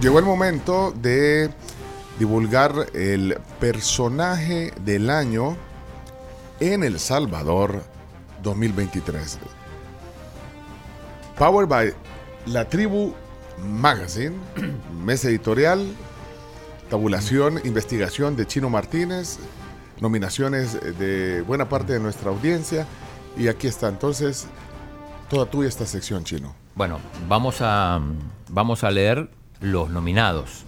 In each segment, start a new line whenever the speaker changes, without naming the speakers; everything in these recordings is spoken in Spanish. Llegó el momento de divulgar el personaje del año en El Salvador 2023. Powered by La Tribu Magazine, mesa editorial, tabulación, investigación de Chino Martínez, nominaciones de buena parte de nuestra audiencia. Y aquí está entonces toda tuya esta sección, Chino.
Bueno, vamos a, vamos a leer los nominados.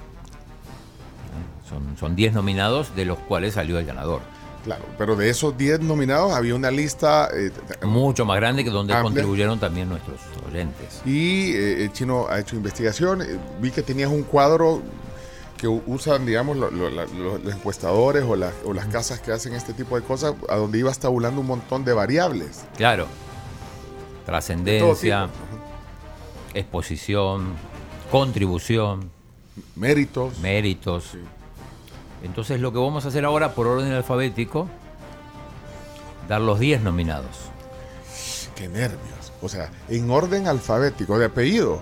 Son, son 10 nominados de los cuales salió el ganador.
Claro, pero de esos 10 nominados había una lista... eh,
Mucho más grande que donde
Amplia.
contribuyeron también nuestros oyentes.
y eh, el Chino ha hecho investigación. Eh, Vi que tenías un cuadro que u- usan, digamos, lo- lo- la- lo- los encuestadores o, las- o las casas que hacen este tipo de cosas, a donde ibas tabulando un montón de variables.
Claro.
Todo
Trascendencia,
tipo.
exposición, contribución,
Méritos.
méritos. Entonces lo que vamos a hacer ahora por orden alfabético, dar los 10 nominados.
Qué nervios. O sea, en orden alfabético, de apellido.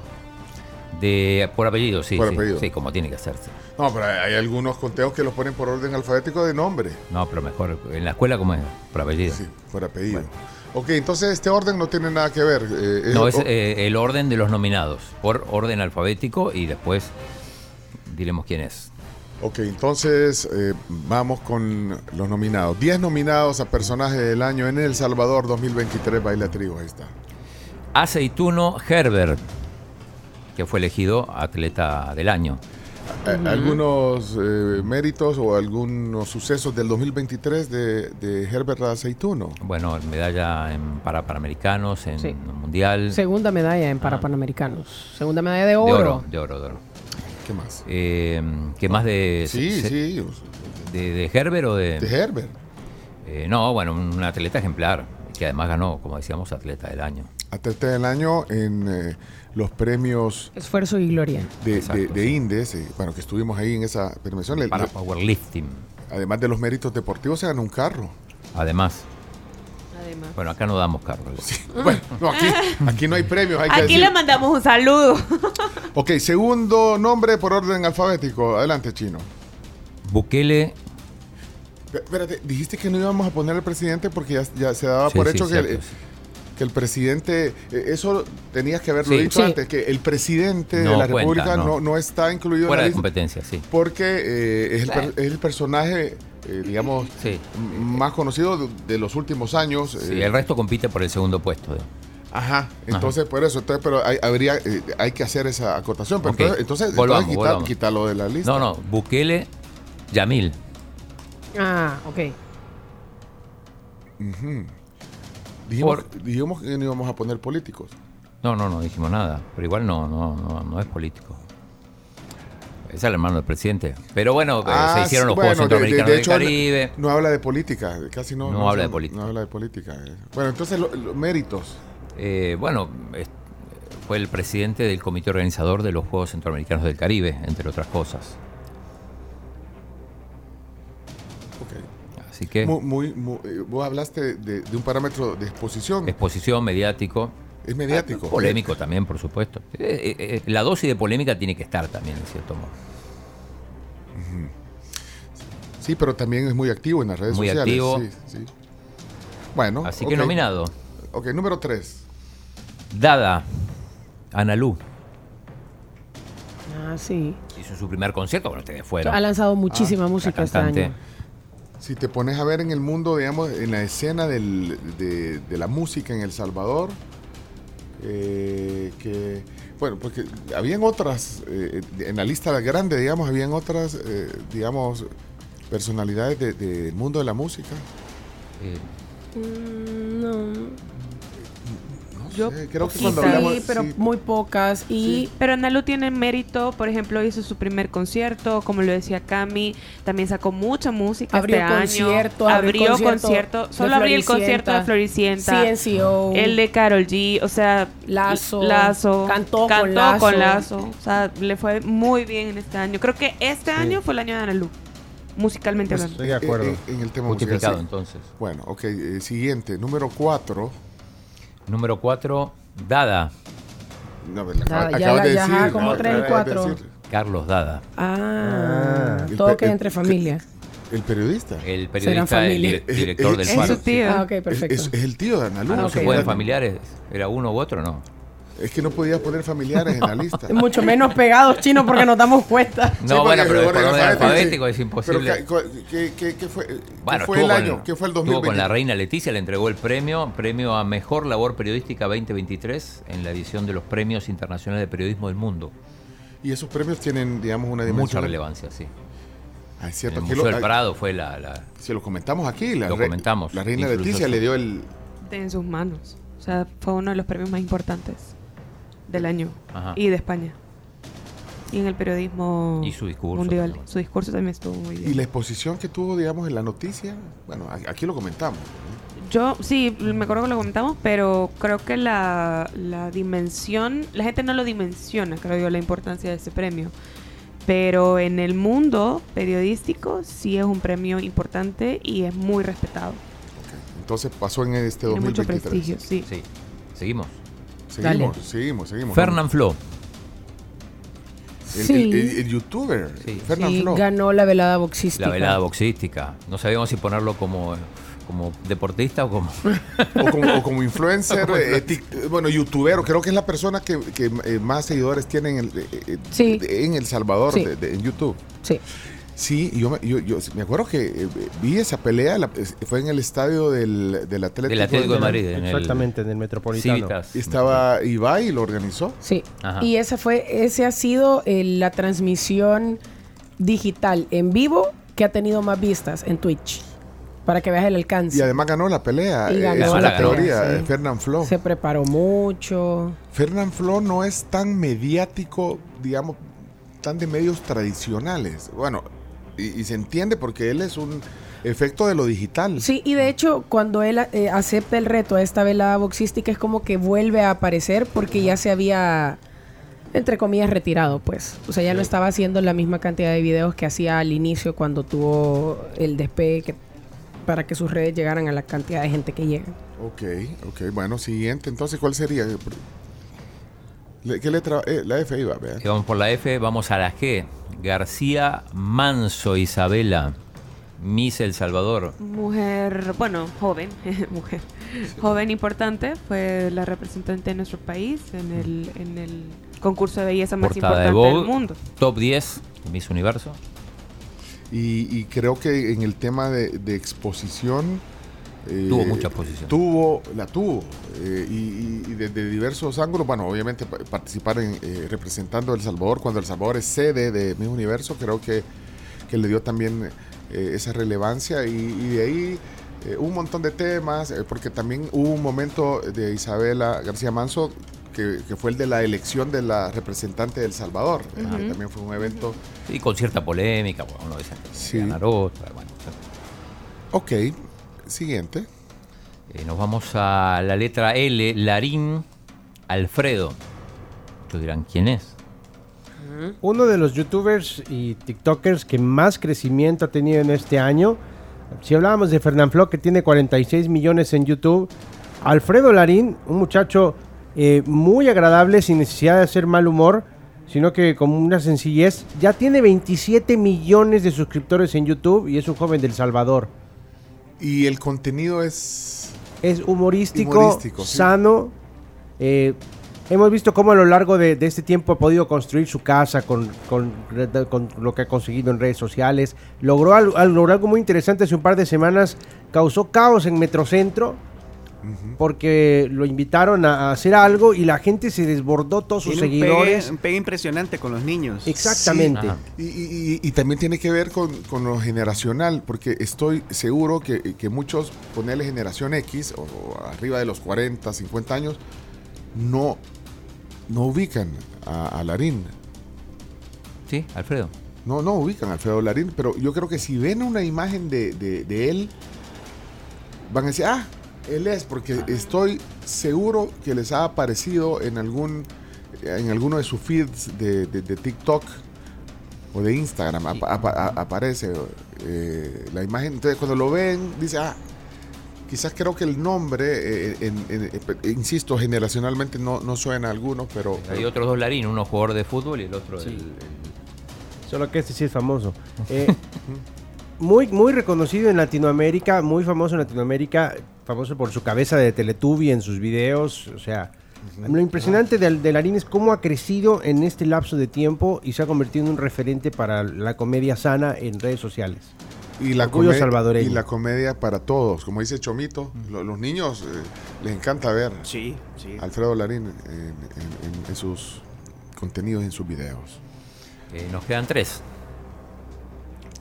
De, por apellido, sí,
Por
sí,
apellido.
sí, como tiene que hacerse.
No, pero hay hay algunos conteos que los ponen por orden alfabético de nombre.
No, pero mejor en la escuela como es, por apellido.
Sí, por apellido. Ok, entonces este orden no tiene nada que ver. eh,
No, es
o-
eh, el orden de los nominados, por orden alfabético y después diremos quién es.
Ok, entonces eh, vamos con los nominados. 10 nominados a personaje del año en El Salvador 2023, Baila Trigo, ahí está.
Aceituno Herbert, que fue elegido atleta del año.
A- Eh, ¿Algunos eh, méritos o algunos sucesos del 2023 de, de Herbert Aceituno?
Bueno, medalla en para Panamericanos, en
Sí.
Mundial.
Segunda medalla en para Panamericanos. Segunda medalla de
de
oro.
Ah. oro, de oro, de oro.
¿Qué más?
Eh, ¿Qué más de,
Sí,
se-
sí,
de, de Herbert o de...?
de Herbert,
Eh, no, bueno, un atleta ejemplar, que además ganó, como decíamos, atleta del año.
atleta del año en eh, los premios
Esfuerzo y gloria.
de, de-
Exacto,
de
sí.
Indes, eh, bueno, que estuvimos ahí en esa premiación. Le-
Para
le-
powerlifting,
además de los méritos deportivos, se ganó un carro.
además.
Además.
Bueno, acá no damos cargo.
Bueno, no, aquí, aquí no hay premios, hay que
Aquí
decir.
le mandamos un saludo.
Ok, segundo nombre por orden alfabético. Adelante, chino.
Bukele,
P- Espérate, dijiste que no íbamos a poner al presidente porque ya, ya se daba
Sí,
Ah, por
sí,
hecho que, el,
cierto,
que el presidente. eh, Eso tenías que haberlo
Sí.
dicho
Sí.
antes, que el presidente de
No
la
cuenta,
República no.
no.
no está incluido
fuera de
en la lista
competencia, sí.
porque eh, es, el per- es el personaje, eh, digamos,
Sí.
m- más conocido de, de los últimos años.
Sí,
eh,
el resto compite por el segundo puesto. eh.
Ajá, entonces por eso, entonces, pero hay, habría, eh, hay que hacer esa acotación. Pero
Ok,
Entonces, entonces,
volvamos,
entonces quita-
volvamos.
quítalo de la lista.
No, no, Bukele, Yamil,
Ah, ok.
Dijimos,
Por-
dijimos que no íbamos a poner políticos.
No, no, no dijimos nada. Pero igual no, no, no, no es político. Es el hermano del presidente. Pero bueno, eh, se hicieron los Juegos
Ah, bueno, de- de-
Centroamericanos
de
del
hecho,
Caribe.
No habla de política, casi no.
No habla de
son-
política.
No habla de política. eh. Bueno, entonces, los méritos.
Eh, bueno, es- fue el presidente del comité organizador de los Juegos Centroamericanos del Caribe, entre otras cosas.
Ok.
Así que
Mu- Muy, muy- eh, vos hablaste de, de un parámetro de exposición.
exposición, mediático.
Es mediático.
Ah, Polémico también, por supuesto. Eh, eh, eh, la dosis de polémica tiene que estar también, en cierto modo.
Sí, pero también es muy activo en las redes
Muy
sociales.
activo.
Sí, sí. Bueno.
Así
ok.
que nominado.
Ok, número 3.
Dada, Analú.
Ah, sí.
Hizo su primer concierto, bueno, ustedes fueron.
Ha lanzado muchísima
ah, La
música este
cantante.
año.
Si te pones a ver en el mundo, digamos, en la escena del- de, de la música en El Salvador, eh, que, bueno, porque habían otras, eh, en la lista grande, digamos, habían otras, eh, digamos, personalidades de- de- del mundo de la música.
Eh,
Mm, No.
No
Yo
sé, creo que
sí,
pues cuando
poquita.
hablamos...
pero
sí,
muy pocas. Y
Pero Analu tiene mérito, por ejemplo, hizo su primer concierto, como lo decía Cami, también sacó mucha música
abrió
este
concierto,
año.
abrió concierto.
concierto, solo abrió el concierto de Floricienta,
CNCO.
el de Carol G, o sea,
Lazo.
Lazo,
Cantó con
con
Lazo.
Lazo, o sea, le fue muy bien en este año. Creo que este año fue el año de Analu, musicalmente
pues,
hablando.
de acuerdo.
eh, eh, en el tema musical,
justificado,
sí.
entonces.
Bueno, ok, eh, siguiente, número 4.
Número 4, Dada.
No,
Ya- ya la- ya como tres y cuatro.
Carlos Dada,
Ah,
El
todo
pe-
que es
el-
entre
que-
familias.
el periodista.
el
Serán
periodista, el
familia.
dire- director del
Es-
Faro.
su tío.
Ah, ok, perfecto.
Es, es- es el tío de Ana Luz.
Ah, no
Ok.
se pueden familiares, era uno u otro, no.
Es que no podías poner familiares en la lista.
Mucho menos pegados chinos porque nos damos cuenta.
No,
Sí,
bueno,
porque
pero
se
el
borra
orden
el alfabeto,
alfabético
sí.
es imposible.
Pero ¿qué- qué, qué- qué fue, qué
Bueno,
fue el
estuvo con-
año? ¿Qué fue el
estuvo
2020?
con la reina Leticia, le entregó el premio, premio a Mejor Labor Periodística 2023 en la edición de los Premios Internacionales de Periodismo del Mundo.
Y esos premios tienen, digamos, una dimensión.
Mucha relevancia, sí.
Ah, es
En
cierto.
el
que
Museo
lo,
del Prado fue la... la-
ah, si lo comentamos aquí, la,
Lo
re-
comentamos,
la reina
incluso
Leticia
sí.
le dio el.
en sus manos. O sea, fue uno de los premios más importantes del año
Ajá.
y de España. Y en el periodismo
Y su discurso
mundial.
también.
Su discurso también estuvo muy
Y
bien.
la exposición que tuvo, digamos, en la noticia. Bueno, a- aquí lo comentamos.
Yo, sí, me acuerdo que lo comentamos, pero creo que la, la dimensión, la gente no lo dimensiona, creo yo, la importancia de ese premio. Pero en el mundo periodístico sí es un premio importante y es muy respetado.
Entonces pasó en este
Tiene mucho
2023.
prestigio, sí.
Sí, seguimos.
Seguimos, seguimos, seguimos.
Fernán Flo.
El,
Sí.
el- el- el youtuber,
Sí.
Fernán
Sí,
Flo.
ganó la velada boxística.
La velada boxística. No sabíamos si ponerlo como, como deportista o como...
O como, o como influencer, eh, tic- bueno, youtubero, creo que es la persona que, que, eh, más seguidores tiene en el, eh, eh,
Sí.
de- en el Salvador,
Sí.
de- de- en YouTube.
Sí.
Sí, yo, me- yo, yo me acuerdo que eh, vi esa pelea, la- es- fue en el estadio del, del Atlético.
Del Atlético de
Madrid.
Madrid. en el-
Exactamente, en el Metropolitano.
Civitas.
Y estaba Ibai y lo organizó.
Sí.
Ajá.
Y esa fue, ese ha sido eh, la transmisión digital en vivo que ha tenido más vistas en Twitch. Para que veas el alcance.
Y además oh. ganó la pelea.
Y
eh,
ganó
Eso es
la
la
pelea,
teoría,
sí.
Fernán Flo.
Se preparó mucho.
Fernán Flo no es tan mediático, digamos, tan de medios tradicionales. Bueno, y, y se entiende porque él es un efecto de lo digital.
Sí, y de hecho, cuando él eh, acepta el reto a esta velada boxística, es como que vuelve a aparecer porque ya se había, entre comillas, retirado, pues. O sea, ya no estaba haciendo la misma cantidad de videos que hacía al inicio cuando tuvo el despegue que- para que sus redes llegaran a la cantidad de gente que llega.
Ok, ok, bueno, siguiente. Entonces, ¿cuál sería? Le- ¿Qué letra? eh, la F iba, ¿verdad?
Y vamos por la F, vamos a la G. García Manso Isabela, Miss El Salvador.
Mujer, bueno, joven, mujer, joven importante, fue la representante de nuestro país en el, en el concurso de belleza más
Portada de
importante del
Vogue.
mundo.
Top 10 de Miss Universo.
Y, y creo que en el tema de, de exposición... eh,
Tuvo mucha exposición.
Tuvo, la tuvo. eh, y, y- y desde diversos ángulos, bueno, obviamente pa- participar en, eh, representando a El Salvador, cuando El Salvador es sede de Miss Universo, creo que, que le dio también eh, esa relevancia. Y, y de ahí eh, un montón de temas, eh, porque también hubo un momento de Isabela García Manso que, que fue el de la elección de la representante de El Salvador, eh, que también fue un evento...
Y con cierta polémica, bueno, uno dice que
Sí.
ganar otra, bueno.
Ok, siguiente.
Eh, nos vamos a la letra L, Larín Alfredo. Muchos dirán, ¿quién es?
Uno de los youtubers y tiktokers que más crecimiento ha tenido en este año. Si hablábamos de Fernán Flo, que tiene 46 millones en YouTube, Alfredo Larín, un muchacho eh, muy agradable, sin necesidad de hacer mal humor, sino que con una sencillez, ya tiene 27 millones de suscriptores en YouTube y es un joven del Salvador.
Y el contenido es.
es humorístico,
Humorístico, sí.
sano. Eh, hemos visto cómo a lo largo de, de este tiempo ha podido construir su casa con, con red- con lo que ha conseguido en redes sociales. Logró al- al- logró algo muy interesante hace un par de semanas. Causó caos en Metrocentro porque lo invitaron a, a hacer algo y la gente se desbordó, todos sus
Tiene un
seguidores.
Pegue, un pegue impresionante con los niños.
Exactamente.
Sí. Ajá.
Y, y- y- y también tiene que ver con, con lo generacional, porque estoy seguro que, que muchos, ponerle generación X o, o arriba de los 40, 50 años, no, no ubican a, a Larín.
Sí, Alfredo.
No, no ubican a Alfredo Larín, pero yo creo que si ven una imagen de, de- de él, van a decir, ah, él es, porque estoy seguro que les ha aparecido en algún en alguno de sus feeds de, de- de TikTok o de Instagram, apa- apa- a- aparece eh, la imagen. Entonces cuando lo ven, dice, ah, quizás creo que el nombre, eh, en- en- eh, insisto, generacionalmente no, no suena a algunos, pero...
Hay otros dos Larín, uno jugador de fútbol y el otro el- el
Solo que este sí es famoso. Eh, muy, muy reconocido en Latinoamérica, muy famoso en Latinoamérica, famoso por su cabeza de Teletubi en sus videos. O sea, lo impresionante de, de Larín es cómo ha crecido en este lapso de tiempo y se ha convertido en un referente para la comedia sana en redes sociales.
Y la,
Orgullo
come-
salvadoreño.
y la comedia para todos. Como dice Chomito, lo- los niños eh, les encanta ver
Sí, sí.
Ah,
a Alfredo Larín en, en- en- en sus contenidos, en sus videos.
Eh, nos quedan tres.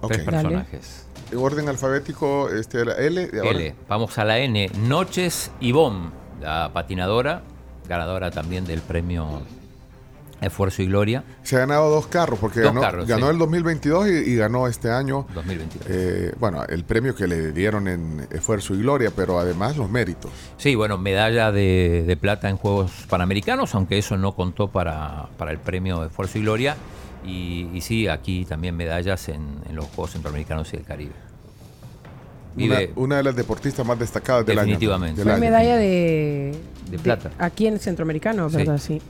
Ok.
Tres
Dale.
personajes.
En orden alfabético, este era L. y ahora-
L. Vamos a la N. Noches Ivonne, la patinadora, ganadora también del premio Esfuerzo y Gloria
Se ha ganado dos carros, porque
Dos
ganó,
carros,
ganó
sí.
el 2022 y, y ganó este año.
2023.
eh, bueno, el premio que le dieron en esfuerzo y gloria, pero además los méritos.
Sí, bueno, medalla de, de plata en Juegos Panamericanos, aunque eso no contó para, para el premio de Esfuerzo y Gloria. Y, y sí, aquí también medallas en, en los Juegos Centroamericanos y del Caribe.
Una,
Vive
una de las deportistas más destacadas del año.
Definitivamente.
Del
Fue
año.
medalla de,
De plata.
aquí en el centroamericano,
Sí.
¿verdad? Sí.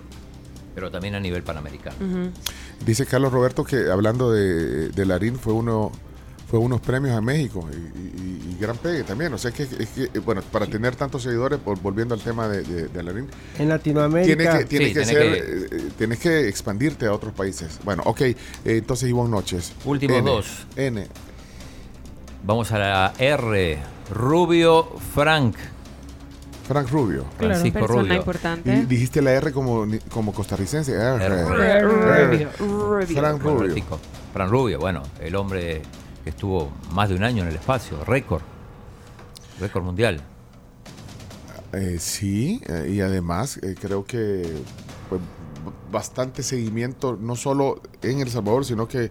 pero también a nivel panamericano.
Ujú.
Dice Carlos Roberto que hablando de, de Larín fue uno fue unos premios a México y, y- y gran pegue también. O sea que, es que, eh, bueno, para tener tantos seguidores, vol- volviendo al tema de, de- de Larín,
En
tienes
Latinoamérica,
que, tienes
Sí,
que
tiene
ser, eh, eh, tienes que expandirte a otros países. Bueno, ok, eh, entonces Ivonne Noches.
Últimos
N,
dos.
N.
Vamos a la R. Rubio Frank.
Frank Rubio.
Claro,
Francisco
Persona
Rubio.
Y
importante.
dijiste la R como, ni- como costarricense. R.
R.
R.
Rubio.
Frank
Bueno,
Rubio.
Francisco. Fran Rubio, bueno, el hombre que estuvo más de un año en el espacio, récord. Récord mundial.
Eh, sí, eh, y además eh, creo que pues, b- bastante seguimiento, no solo en El Salvador, sino que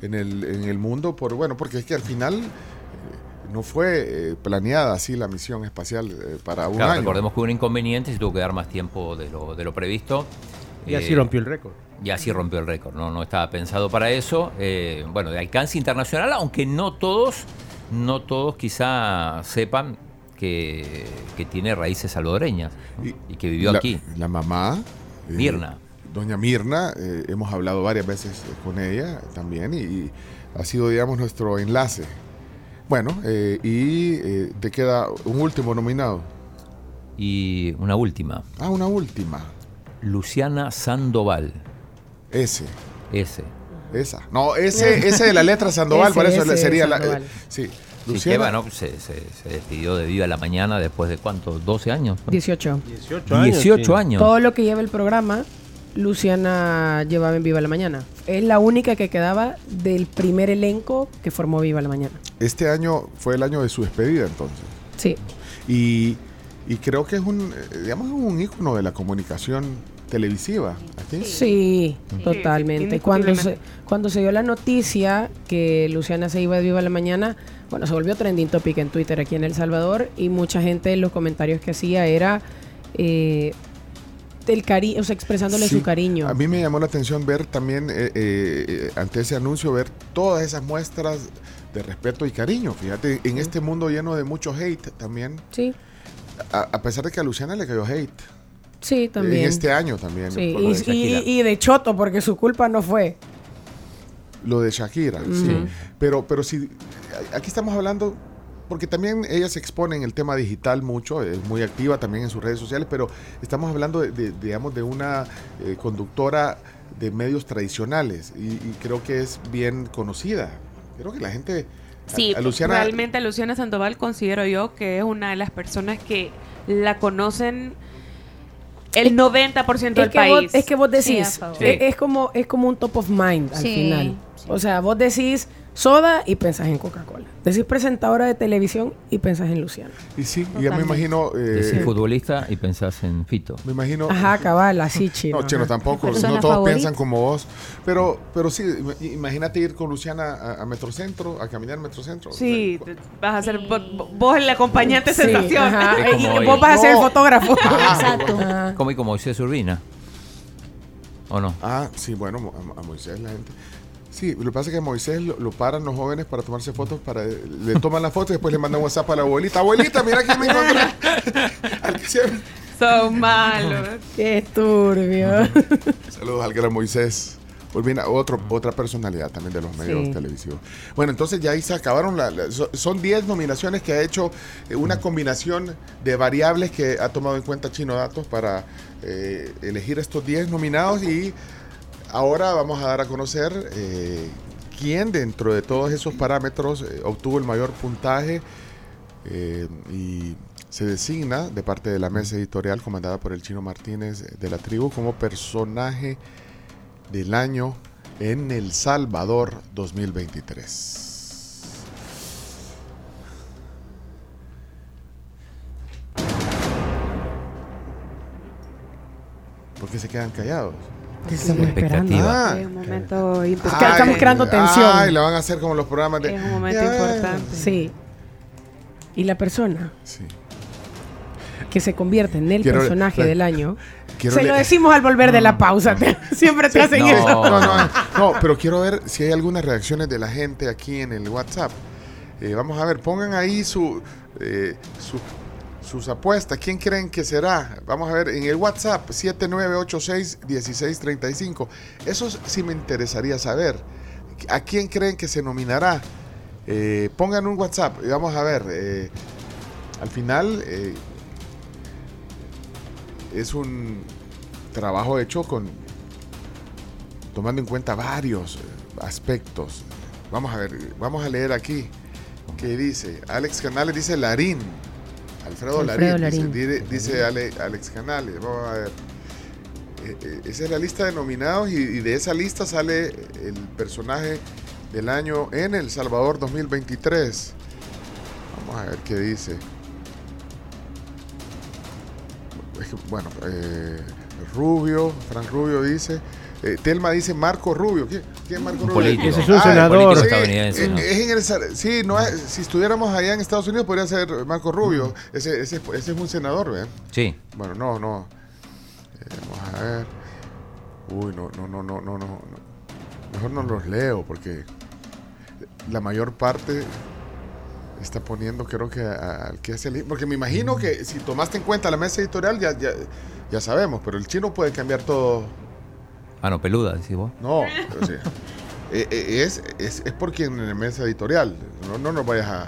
en el, en el mundo, por bueno, porque es que al final eh, no fue eh, planeada así la misión espacial eh, para un
Claro,
año.
recordemos que hubo un inconveniente y se tuvo que dar más tiempo de lo, de lo previsto.
y
Eh,
así rompió el récord.
Y así rompió el récord, no, no estaba pensado para eso. Eh, bueno, de alcance internacional, aunque no todos, no todos quizá sepan que, que tiene raíces salvadoreñas ¿no? y,
Y-
que vivió
la,
aquí.
La mamá. eh,
Mirna.
Doña Mirna, eh, hemos hablado varias veces eh, con ella también y, y ha sido, digamos, nuestro enlace. Bueno, eh, y eh, te queda un último nominado.
Y una última,
Ah, una última.
Luciana Sandoval,
Ese.
ese.
Esa. No, ese, ese de la letra Sandoval,
Ese,
por eso
ese
sería
de Sandoval.
la. eh, sí.
Sí,
Luciana.
que, bueno, se, se- se despidió de Viva la Mañana después de cuánto, 12 años. ¿no?
18.
18
18 años.
Todo lo que lleva el programa, Luciana llevaba en Viva la Mañana. Es la única que quedaba del primer elenco que formó Viva la Mañana.
Este año fue el año de su despedida, entonces.
Sí.
Y, y creo que es un, eh, digamos, un ícono de la comunicación televisiva. aquí.
Sí, totalmente.
indiscutiblemente.
Cuando se, cuando se dio la noticia que Luciana se iba de Viva la Mañana, bueno, se volvió trending topic en Twitter aquí en El Salvador y mucha gente en los comentarios que hacía era eh, el cari o sea, expresándole
Sí.
su cariño.
A mí me llamó la atención ver también, eh, eh, eh, ante ese anuncio, ver todas esas muestras de respeto y cariño. Fíjate, en este mundo lleno de mucho hate también,
Sí,
a, a pesar de que a Luciana le cayó hate.
sí, también.
En este año también.
Sí,
por lo de
y, y-
Shakira.
y de Choto, porque su culpa no fue.
Lo de Shakira, sí. Pero, pero si aquí estamos hablando, porque también ella se expone en el tema digital mucho, es muy activa también en sus redes sociales, pero estamos hablando de, de- digamos, de una eh, conductora de medios tradicionales y, y creo que es bien conocida. Creo que la gente a-
Sí,
a Luciana
realmente a Luciana Sandoval considero yo que es una de las personas que la conocen el 90% del
es que,
país.
vos, es que vos decís,
Sí, a favor.
es, es como, es como un top of mind al
Sí,
final.
sí.
O sea, vos decís soda y pensás en Coca-Cola. Decís presentadora de televisión y pensás en Luciana.
y sí, y ya me imagino, eh,
Es futbolista y pensás en Fito.
me imagino.
Ajá, cabal, así chino.
No, chino tampoco, no todos
Persona favorita.
piensan como vos, pero, pero sí, im- imagínate ir con Luciana a, a Metrocentro, a caminar en Metrocentro.
Sí,
O sea,
te- vas a ser vo- vo- vos el acompañante
Sí,
sensación.
ajá.
Es como
Y
hoy.
vos vas a ser
No. Ah,
fotógrafo.
Exacto.
Ajá.
Como y como Moisés Urbina. ¿O no?
Ah, sí, bueno, Mo- a, a Moisés la gente. Sí, lo que pasa es que a Moisés lo, lo paran los jóvenes para tomarse fotos, para le toman la foto y después le mandan WhatsApp a la abuelita. Abuelita, mira quién me encontré. Al que siempre-
Son malos.
Qué turbio.
Saludos al gran Moisés. Olvida, otro, otra personalidad también de los medios
Sí.
televisivos. Bueno, entonces ya ahí se acabaron. la- la- so- son 10 nominaciones que ha hecho eh, una combinación de variables que ha tomado en cuenta Chino Datos para eh, elegir estos 10 nominados y ahora vamos a dar a conocer eh, quién dentro de todos esos parámetros eh, obtuvo el mayor puntaje eh, y se designa de parte de la mesa editorial comandada por el chino Martínez eh, de la tribu como personaje del año en El Salvador 2023. ¿Por qué se quedan callados?
Estamos esperando.
expectativa.
Ah,
Es un momento
que
importante.
estamos creando tensión.
Ay, la van a hacer como los programas de.
Es un momento
Ya.
importante.
Sí. Y la persona
Sí.
que se convierte en el
Quiero-
personaje
la-
del año.
Quiero
Se lo
leer-
decimos al volver de la pausa. te- Siempre te hacen
No.
eso.
No, no, no, pero quiero ver si hay algunas reacciones de la gente aquí en el WhatsApp. Eh, vamos a ver, pongan ahí su, eh, su- sus apuestas. ¿Quién creen que será? Vamos a ver, en el WhatsApp 7986-1635. Eso sí me interesaría saber. ¿A quién creen que se nominará? Eh, pongan un WhatsApp y vamos a ver. eh, al final eh, es un trabajo hecho con, tomando en cuenta varios eh, aspectos. Vamos a ver, vamos a leer aquí que dice, Alex Canales dice Larín, Alfredo,
Alfredo
Larín,
Larín.
dice, dire- dice Ale- Alex Canales, vamos a ver. Eh, eh, Esa es la lista de nominados y, y de esa lista sale el personaje del año en El Salvador 2023. Vamos a ver qué dice. Es que, bueno, eh, Rubio, Fran Rubio dice. eh, Telma dice Marco Rubio. ¿Quién, quién es Marco
Un
Rubio?
político.
Ese es un
Ah,
senador.
político
Sí,
estadounidense.
eh,
¿no?
es en el Sal- sí, no es- si estuviéramos allá en Estados Unidos podría ser Marco Rubio. Ese, ese, ese es un senador, ¿verdad?
Sí.
Bueno, no, no. Eh, vamos a ver. Uy, no, no, no, no, no, no. no. Mejor no los leo porque la mayor parte está poniendo, creo que a- al que hace el. Porque me imagino que si tomaste en cuenta la mesa editorial, ya, ya, ya sabemos, pero el chino puede cambiar todo.
Ah, no, peluda, decís vos.
No, o sea, eh, eh, es, es, es por quien en la mesa editorial. No, no nos vayas a,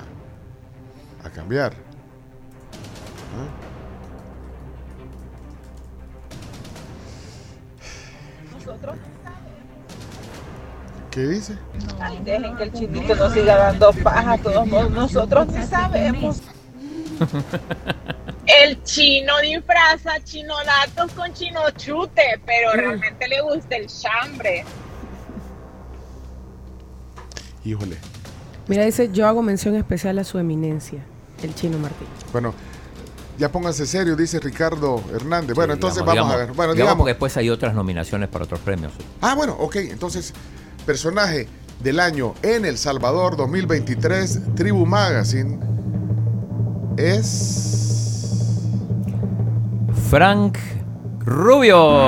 a cambiar. ¿Ah? ¿Qué dice?
Ay, dejen que el chinito nos siga dando paja, todos modos, nosotros sí sabemos. El chino disfraza chinolatos con chinochute, pero
Mm.
realmente le gusta el chambre.
Híjole.
Mira, dice, yo hago mención especial a su eminencia, el chino Martín.
Bueno, ya póngase serio, dice Ricardo Hernández. Bueno, entonces
Digamos,
vamos a
digamos,
ver. Bueno,
digamos,
digamos.
porque después hay otras nominaciones para otros premios.
Ah, bueno, ok. Entonces, personaje del año en El Salvador 2023, Tribu Magazine, es...
Frank Rubio.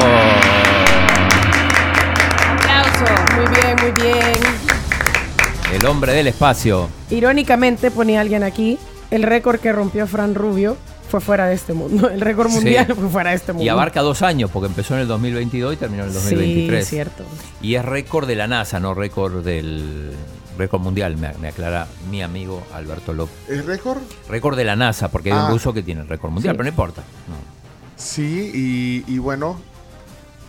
Aplauso.
Muy bien, muy bien.
El hombre del espacio.
Irónicamente, ponía alguien aquí, el récord que rompió Fran Rubio fue fuera de este mundo. El récord
Sí.
mundial fue fuera de este mundo.
Y abarca dos años, porque empezó en el 2022 y terminó en el 2023.
Sí, cierto.
Y es récord de la NASA, no récord del récord mundial, me, me aclara mi amigo Alberto López.
¿Es récord?
Récord de la NASA, porque hay
Ah.
un ruso que tiene el récord mundial,
Sí.
pero no importa. No.
Sí, y, y bueno,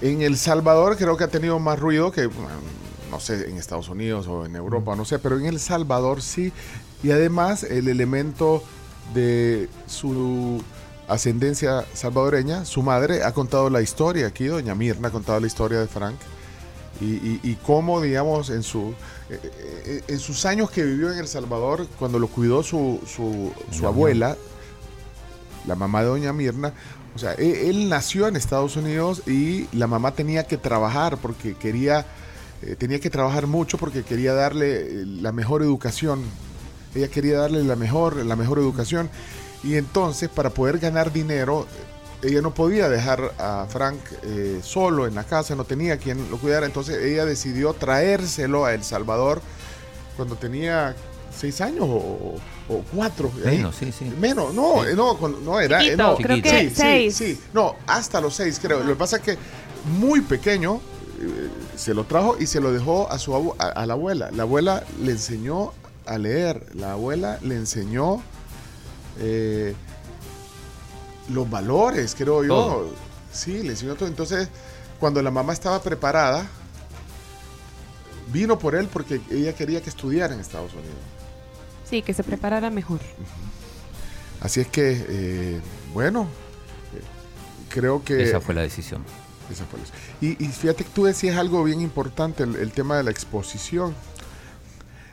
en El Salvador creo que ha tenido más ruido que, bueno, no sé, en Estados Unidos o en Europa, no sé, pero en El Salvador sí. Y además el elemento de su ascendencia salvadoreña, su madre ha contado la historia aquí, doña Mirna ha contado la historia de Frank. Y, y- y cómo, digamos, en, su, eh, eh, en sus años que vivió en El Salvador, cuando lo cuidó su, su, su abuela, la mamá de doña Mirna. O sea, e- él, nació en Estados Unidos y la mamá tenía que trabajar porque quería, eh, tenía que trabajar mucho porque quería darle eh, la mejor educación. Ella quería darle la mejor, la mejor educación. Y entonces, para poder ganar dinero, eh, ella no podía dejar a Frank eh, solo en la casa, no tenía quien lo cuidara. Entonces, ella decidió traérselo a El Salvador cuando tenía seis años o, o- o cuatro. ahí.
Menos, sí, sí.
Menos, no, eh, no, con- no era. eh,
Chiquito,
no,
creo
Chiquito.
que
sí,
seis.
sí, sí. No, hasta los seis, creo. Lo que pasa es que muy pequeño, eh, se lo trajo y se lo dejó a su abu- a, a la abuela. La abuela le enseñó a leer, la abuela le enseñó eh, los valores, creo yo.
Todo.
Sí, le enseñó todo. Entonces, cuando la mamá estaba preparada, vino por él porque ella quería que estudiara en Estados Unidos.
Sí, que se preparara mejor.
Así es que, eh, bueno, eh, creo que...
Esa fue la decisión.
Esa fue la- Y, y fíjate que tú decías algo bien importante, el, el tema de la exposición.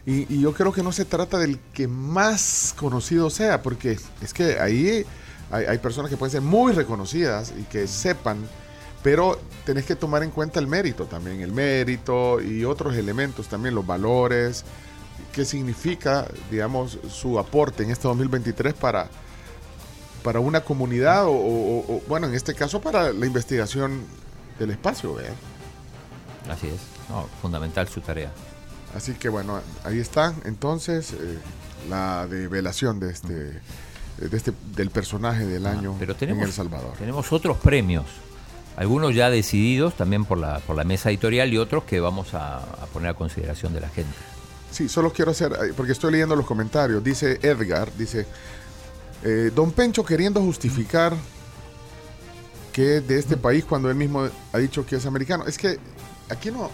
Y, y yo creo que no se trata del que más conocido sea, porque es que ahí hay, hay personas que pueden ser muy reconocidas y que sepan, pero tenés que tomar en cuenta el mérito también, el mérito y otros elementos también, los valores, qué significa, digamos, su aporte en este 2023 para, para una comunidad o, o- o- o, bueno, en este caso para la investigación del espacio, ¿eh? ¿verdad?
Así es. No, fundamental su tarea.
Así que bueno, ahí está entonces eh, la develación de este, de este del personaje del año
Ah, pero
en
tenemos,
El Salvador.
tenemos otros premios. Algunos ya decididos también por la, por la mesa editorial y otros que vamos a, a poner a consideración de la gente.
Sí, solo quiero hacer, eh, porque estoy leyendo los comentarios, dice Edgar, dice, eh, don Pencho queriendo justificar que es de este país cuando él mismo ha dicho que es americano. Es que aquí no,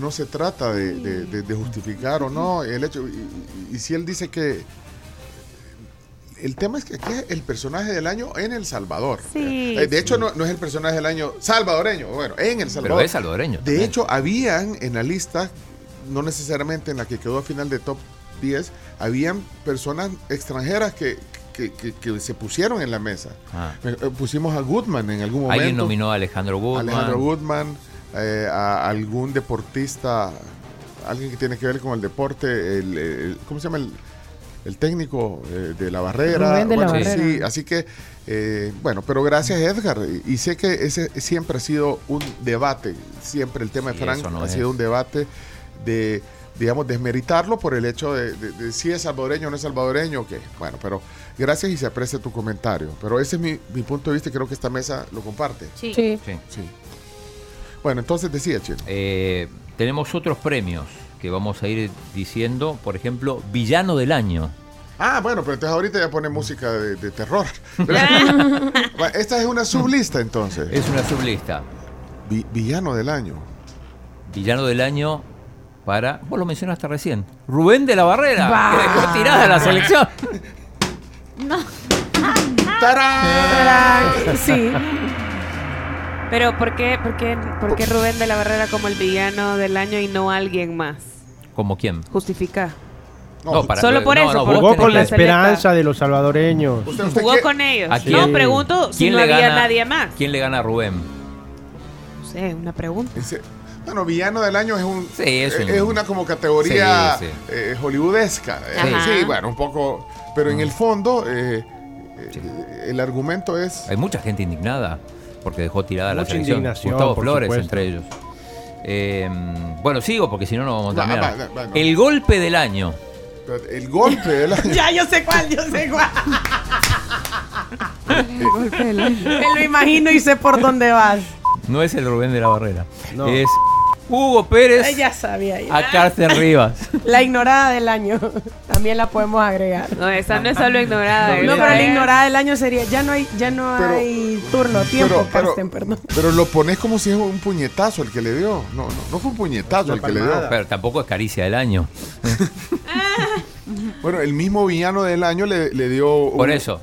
no se trata de, de- de- de justificar o no el hecho, y, y- y si él dice que... El tema es que aquí es el personaje del año en El Salvador.
Sí,
Eh, de hecho, no, no es el personaje del año salvadoreño, bueno, en El Salvador.
Pero es salvadoreño.
De
también.
hecho, habían en la lista, no necesariamente en la que quedó a final de top 10, habían personas extranjeras que, que- que- que se pusieron en la mesa.
Ah.
Eh, eh, Pusimos a Goodman en algún momento.
alguien nominó a Alejandro
a
Goodman.
Alejandro Goodman, eh, a algún deportista, alguien que tiene que ver con el deporte, el, el- ¿cómo se llama? El, el técnico eh, de la barrera.
Rubén de la
Bueno,
Barrera.
sí, así que, eh, bueno, pero gracias Edgar. Y- Y sé que ese siempre ha sido un debate, siempre el tema
Sí,
de Frank
eso no
ha
es.
sido un debate de digamos, desmeritarlo por el hecho de, de- de si es salvadoreño o no es salvadoreño, o qué. Bueno, pero gracias y se aprecia tu comentario. Pero ese es mi, mi punto de vista y creo que esta mesa lo comparte.
Sí.
Sí.
Sí. Bueno, entonces decía, Chino.
Eh, tenemos otros premios que vamos a ir diciendo. Por ejemplo, Villano del Año.
Ah, bueno, pero entonces ahorita ya pone música de, de terror. Pero- Bueno, Esta es una sublista entonces.
Es una sublista.
Vi- villano del año.
Villano del Año para. Vos lo mencionaste recién. Rubén de la Barrera.
Bah.
Que dejó tirada la selección.
Ah.
¡Tarán!
Sí.
Pero ¿por qué, por, qué, por qué Rubén de la Barrera como el villano del año y no alguien más?
¿Como quién?
Justifica.
No,
No, para-
Solo por
no,
eso,
no,
por-
vos
Jugó
tenés
con la
que-
hacer- Selecta.
esperanza de los salvadoreños.
Pues,
usted- usted
Jugó
qué-
con ellos.
¿A
No,
quién-
pregunto si
quién
no
le
había
gana-
nadie más.
¿Quién le gana a Rubén?
No sé, una pregunta.
Ese- Bueno, villano del año es un
Sí, es un-
eh, es una como categoría
Sí, sí.
eh, hollywoodesca. Eh,
Ajá.
sí, bueno, un poco. Pero
Mm.
en el fondo, eh, eh, el argumento es.
Hay mucha gente indignada porque dejó tirada la
Mucha
selección.
indignación,
Gustavo
por
Flores,
supuesto.
entre ellos. Eh, bueno, sigo porque si no, no vamos a
Va, va,
terminar.
va, va, no.
El golpe del año. Eh.
El golpe del año.
Ya, yo sé cuál, yo sé cuál. Me lo imagino y sé por dónde vas.
No es el Rubén de la Barrera.
No.
Es Hugo Pérez
Ay, ya sabía. ya.
Ah.
a Carter Rivas.
La ignorada del año. También la podemos agregar.
No, esa no es solo ignorada.
No, pero la
¿verdad?
ignorada del año sería. Ya no hay, ya no
Pero-
hay turno, tiempo,
Pero- pero-
Carsten, perdón.
Pero lo pones como si es un puñetazo el que le dio. No, no, no fue un puñetazo
Una
el que le dio.
palmada.
Pero tampoco es caricia del año.
Bueno, el mismo villano del año le, le dio. un- Ah,
Por eso.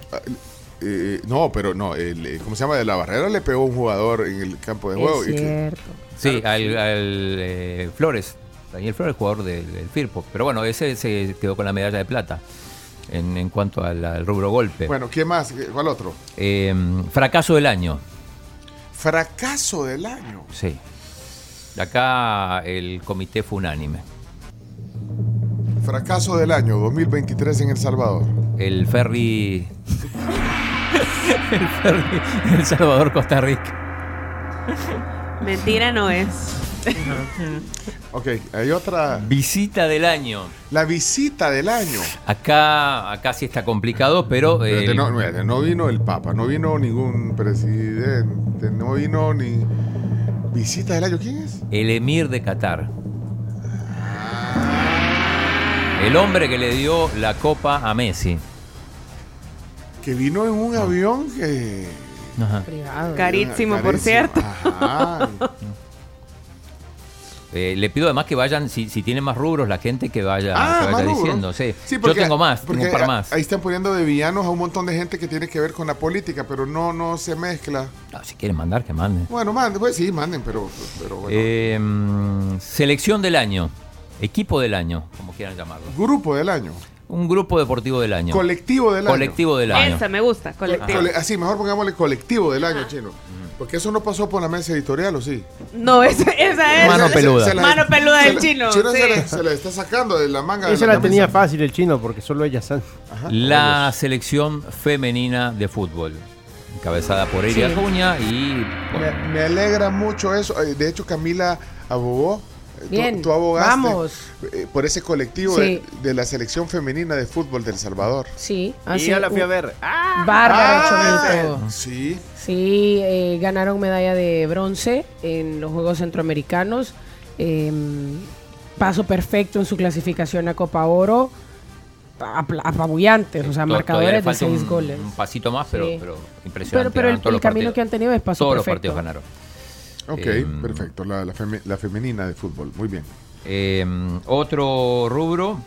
Eh, no, pero no. el, eh, ¿Cómo se llama? De la barrera le pegó un jugador en el campo de juego.
Es
y que-
cierto.
Sí, al, al, eh, Flores. Daniel Flores, jugador del, del Firpo. Pero bueno, ese se quedó con la medalla de plata en, en cuanto al, al rubro golpe.
bueno, ¿qué más? ¿Cuál otro?
Eh, fracaso del año.
Fracaso del año.
Sí. Acá el comité fue unánime.
Fracaso del año 2023 en El Salvador.
El ferry. el ferry El Salvador Costa Rica.
Mentira no es.
Ok, hay otra.
Visita del año.
La visita del año.
Acá, acá sí está complicado, pero. eh,
Espérate, no, espérate, no vino el Papa, no vino ningún presidente, no vino ni. Visita del año, ¿quién es?
el emir de Qatar. El hombre que le dio la copa a Messi.
Que vino en un avión que. Ah,
Privado.
Ah, Carísimo, por
Carísimo.
cierto.
Ah,
Ajá.
Eh, le pido además que vayan, si, si tienen más rubros, la gente que vaya,
Ah,
que
más
vaya
rubros.
diciendo. Sí.
Sí,
Yo
porque-
tengo más, tengo
porque
un par
a-
más.
Ahí están poniendo de villanos a un montón de gente que tiene que ver con la política, pero no, no se mezcla.
Ah, si quieren mandar, que manden.
Bueno, manden, pues sí, manden, pero, pero bueno.
Eh, mm, selección del año, equipo del año, como quieran llamarlo.
Grupo del año.
Un grupo deportivo del año.
Colectivo del año.
Colectivo del año.
Esa me gusta,
Co-
colectivo.
cole- Así, mejor pongámosle colectivo del año, chino. Porque eso no pasó por la mesa editorial, ¿o sí?
No, esa, esa es.
Mano
Se- se-
peluda.
se la-
Mano peluda
se
del
la-
chino,
Chino se,
sí.
la, se la está sacando de la manga. de
Esa la
camisa.
tenía fácil el chino porque solo ellas saben.
La selección femenina de fútbol, encabezada por Eri Acuña y
Me, me alegra mucho eso. Eh, De hecho, Camila abogó. eh, tú-
Bien,
Tú, abogaste
vamos.
eh, por ese colectivo de,
Sí.
de la selección femenina de fútbol del Salvador.
Sí, Uh,
Y
así.
yo la fui a
uh.
un-
ver. ¡Ah!
Bárbara
Ah,
Chomito.
Sí.
Sí, eh, ganaron medalla de bronce en los Juegos Centroamericanos. eh, paso perfecto en su clasificación a Copa Oro. apla- Apabullantes, o sea,
To- todavía le
marcadores de
falta un-
seis goles.
Un pasito más, pero,
Sí.
pero impresionante.
Pero, pero el,
ganaron todos
el
los
camino
partidos.
que han tenido es paso
Todos los
perfecto.
partidos ganaron.
Ok,
Em,
perfecto. La, la feme- la femenina de fútbol. Muy bien.
Eh, otro rubro,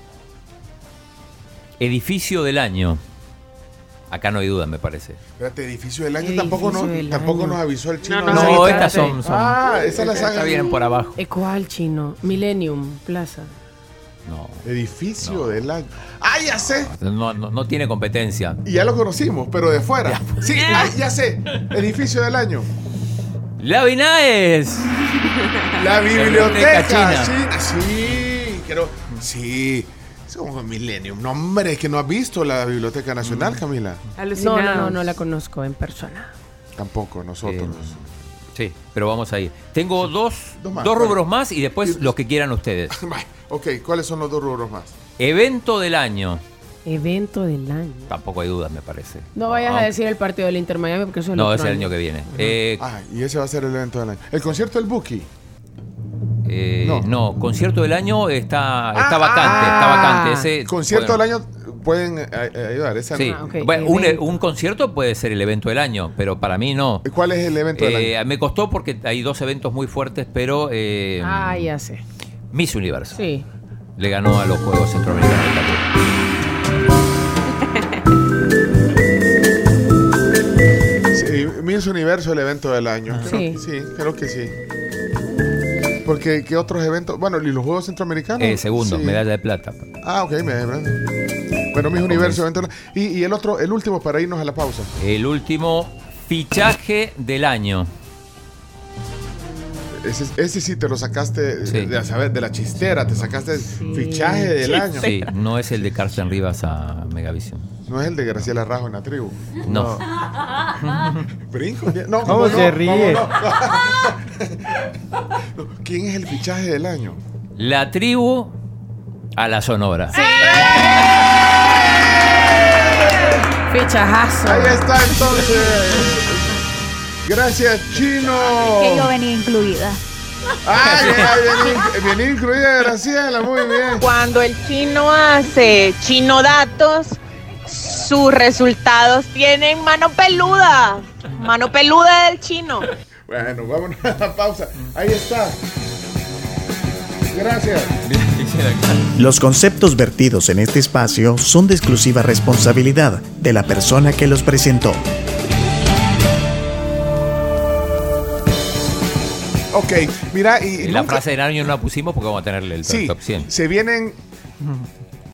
edificio del año. Acá no hay duda, me parece.
Espérate, edificio del año
Edificio
tampoco, nos,
del
tampoco
año.
nos avisó el chino.
No,
No,
no, sí, espérate.
estas son. son-
Ah, esa la saga.
estas vienen por abajo.
Eh, ¿Cuál chino? Millennium Plaza.
No,
Edificio del año. Ah, ya sé.
no, no- no tiene competencia.
Y ya lo conocimos, pero de fuera.
pues.
Sí, ah, ya sé. Edificio del año.
La Vinaes.
La biblioteca
Biblioteca
china. Sí, creo. Sí. Somos millennium. No, hombre, es que no has visto la Biblioteca
Mm.
Nacional, Camila.
No,
Alucinado.
no, no, no la conozco en persona.
Tampoco, nosotros.
Eh, Sí, pero vamos a ir. Tengo dos,
Dos
dos,
más,
rubros
bueno.
más y después los que quieran ustedes.
Vale, ok, ¿cuáles son los dos rubros más?
Evento del año.
Evento del año.
Tampoco hay dudas, me parece.
No vayas a
aunque-
decir el partido del Inter Miami porque eso es
Ah, No,
el
es
otro
el año que viene. Eh,
Ah, y ese va a ser el evento del año. El concierto del Buki.
eh,
no.
no. concierto del año está, está
Ah,
vacante,
ah,
está vacante. Ese,
Concierto
Eh, bueno,
del año pueden eh, eh, ayudar. Esa
Sí,
Ah, ok.
Bueno, un,
Evento.
un concierto puede ser el evento del año, pero para mí no.
¿Cuál es el evento del
Eh,
año?
me costó porque hay dos eventos muy fuertes, pero eh,
Ah, ya sé.
Miss Universo
Sí.
le ganó a los Juegos Centroamericanos. también.
Sí, Miss Universo, el evento del año. Creo
Sí.
que sí, creo que sí. Porque, ¿qué otros eventos? Bueno, ¿y los Juegos Centroamericanos?
Eh, segundo,
Sí.
medalla de plata.
Ah, ok, me Bueno, mis universo, evento- y, y el otro, el último para irnos a la pausa.
El último fichaje del año.
Ese, ese sí te lo sacaste
Sí.
de, de- a saber, de la chistera, te sacaste el fichaje del año.
Sí, no es el de Carsten Rivas a Megavisión.
No es el de Graciela Rajo en la tribu.
No.
Brinco. No,
¿Cómo se ríe?
no. ¿Quién es el fichaje del año?
La tribu a la Sonora.
Ahí
Fichajazo.
está entonces. Gracias, Chino.
Que yo venía incluida.
Ay, ay, bien, bien incluida Graciela, muy bien.
Cuando el chino hace chino datos, sus resultados tienen mano peluda. Mano peluda del chino.
Bueno, vámonos a la pausa. Ahí está. Gracias.
Los conceptos vertidos en este espacio son de exclusiva responsabilidad de la persona que los presentó.
Ok, mira, y.
la
nunca-
frase del año no la pusimos porque vamos a tenerle el top-
Sí,
top 100.
se vienen